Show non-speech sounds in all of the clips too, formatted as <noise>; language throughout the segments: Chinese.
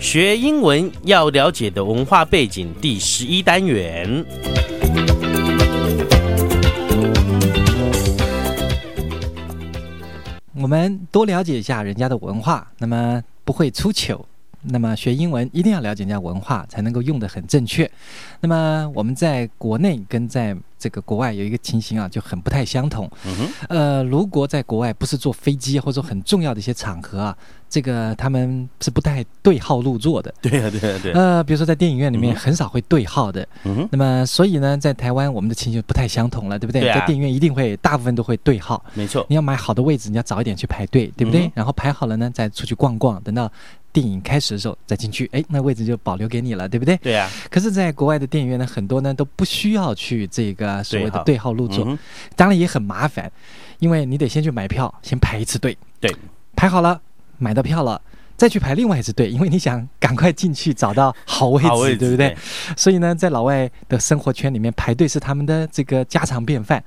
学英文要了解的文化背景第十一单元。我们多了解一下人家的文化，那么不会出糗。那么学英文一定要了解人家文化，才能够用得很正确。那么我们在国内跟在这个国外有一个情形啊，就很不太相同。嗯哼，呃，如果在国外不是坐飞机或者说很重要的一些场合啊，这个他们是不太对号入座的。对呀、对呀、啊对、呃，比如说在电影院里面嗯很少会对号的。嗯哼，那么所以呢，在台湾我们的情形不太相同了，对不对？对啊在电影院一定会大部分都会对号。没错，你要买好的位置，你要早一点去排队，对不对？嗯然后排好了呢，再出去逛逛，等到电影开始的时候再进去，哎，那位置就保留给你了，对不对？对呀、啊可是，在国外的电影院呢，很多呢都不需要去这个所对谓的号对号入座，嗯哼当然也很麻烦，因为你得先去买票，先排一次队，对，排好了，买到票了。再去排另外一次队，因为你想赶快进去找到好位置，好位置对不对？所以呢，在老外的生活圈里面，排队是他们的这个家常便饭，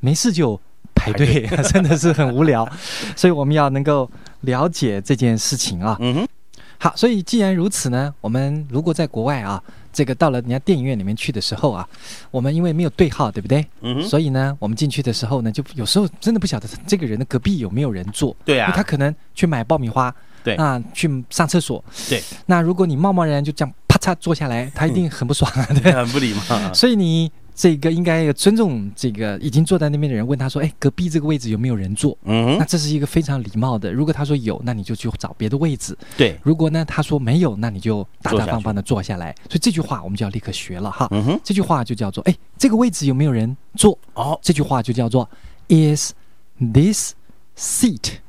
没事就排队， <laughs> 真的是很 <laughs> 无聊。所以我们要能够了解这件事情啊。嗯哼，好，所以既然如此呢，我们如果在国外啊，这个到了人家电影院里面去的时候啊，我们因为没有对号，对不对？嗯哼，所以呢，我们进去的时候呢，就有时候真的不晓得这个人的隔壁有没有人坐，对啊因为呀、他可能去买爆米花，对啊，去上厕所，对。嗯那如果你贸贸然就这样啪嚓坐下来，他一定很不爽啊，<laughs> 对。很不礼貌。所以你这个应该尊重这个已经坐在那边的人，问他说：“哎，隔壁这个位置有没有人坐？”嗯那哼，这是一个非常礼貌的。如果他说有，那你就去找别的位置；对，如果呢他说没有，那你就大坐下大去方方的坐下来。所以这句话我们就要立刻学了哈。嗯哼，这句话就叫做：“哎，这个位置有没有人坐？”哦这句话就叫做 Is this seat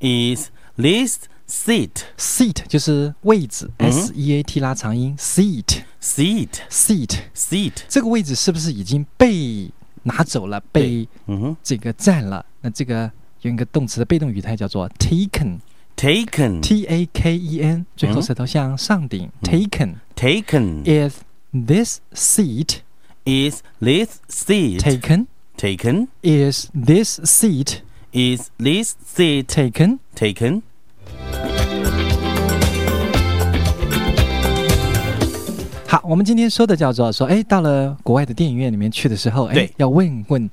，is this seat seat 就是位置、嗯 S E A T 拉长音 seat seat seat seat？这个位置是不是已经被拿走了，被嗯哼这个占了？那这个用一个动词的被动语态叫做嗯 taken ，taken T A K E N，最后舌头向上顶、taken 嗯 taken is this seat is this seat taken taken is this seat is this seat taken taken？好，我们今天说的叫做说，哎，到了国外的电影院里面去的时候，哎对，要问问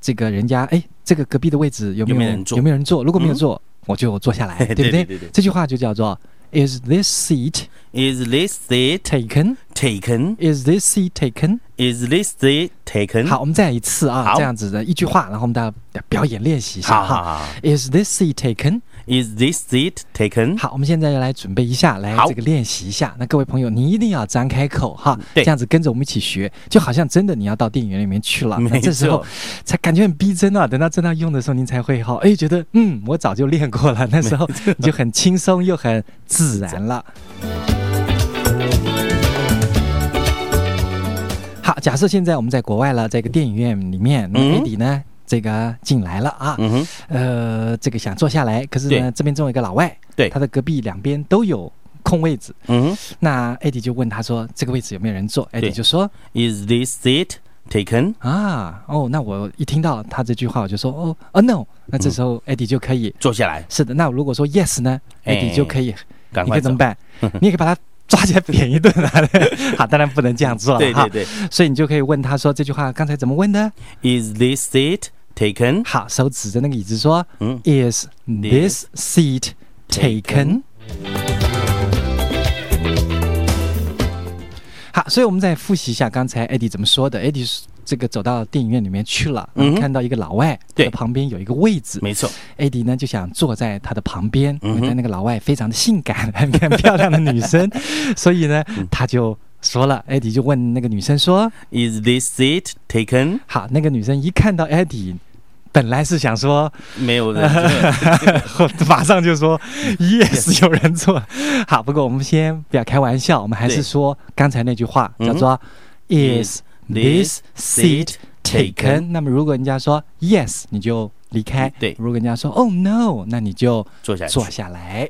这个人家，哎，这个隔壁的位置有有没有没有人坐嗯有没有人坐？如果没有坐，我就坐 <laughs> 下来，对不对？对对对这句话就叫做 Is this seat ，is this seat taken? taken？ Is this seat taken? Is this seat taken？好，我们再一次嗯啊，好这样子的一句话，然后我们大家表演练习一下好好哈。好好 Is this seat taken? ，Is this seat taken？好，我们现在来准备一下，来嗯好这个练习一下。那各位朋友，你一定要张开口哈，对这样子跟着我们一起学，就好像真的你要到电影院里面去了。没那这时候错才感觉很逼真啊，等到真的要用的时候，您 <laughs> 才会哈，哎，觉得嗯，我早就练过了。那时候你就很轻松又很自然了。好，假设现在我们在国外了，在一个电影院里面，那嗯 a d 呢，这个进来了啊，嗯哼，呃，这个想坐下来，可是呢，对这边总有一个老外，对他的隔壁两边都有空位置。嗯哼那艾迪就问他说：“这个位置有没有人坐？”艾迪就说，Is this seat taken？：“ 啊，哦，那我一听到他这句话，我就说哦，哦 no。”那嗯这时候艾迪就可以，坐下来，是的。那如果说 yes 呢，哎艾迪就可以，赶你快可以怎走么。办？你也可以把他抓起来扁一顿啊！ <laughs> 好，当然不能这样做对了哈对。对所以你就可以问他说：“这句话刚才怎么问的，Is this seat taken？” Mm. 好，手指着那个椅子说嗯， ：“Is this seat taken？” 好，所以我们再复习一下刚才 Eddie 怎么说的。Eddie 是这个走到电影院里面去了，嗯哼然后看到一个老外，对他的旁边有一个位置没错， ，Eddie 呢就想坐在他的旁边，嗯哼因为那个老外非常的性感， <laughs> 很很漂亮的女 <laughs> 生，所以呢嗯他就说了，Eddie 就问那个女生说， Is this seat taken？好，那个女生一看到 Eddie。本来是想说，没 <laughs> 有的，这个 <laughs> 马上就说嗯 yes 有人坐。 <laughs> 好，不过我们先不要开玩笑，我们还是对说刚才那句话，叫做 Is is this 嗯 this seat seat taken？ taken？那么如果人家说 yes，你就离开；对如果人家说 oh no，那你就坐下去。坐下来。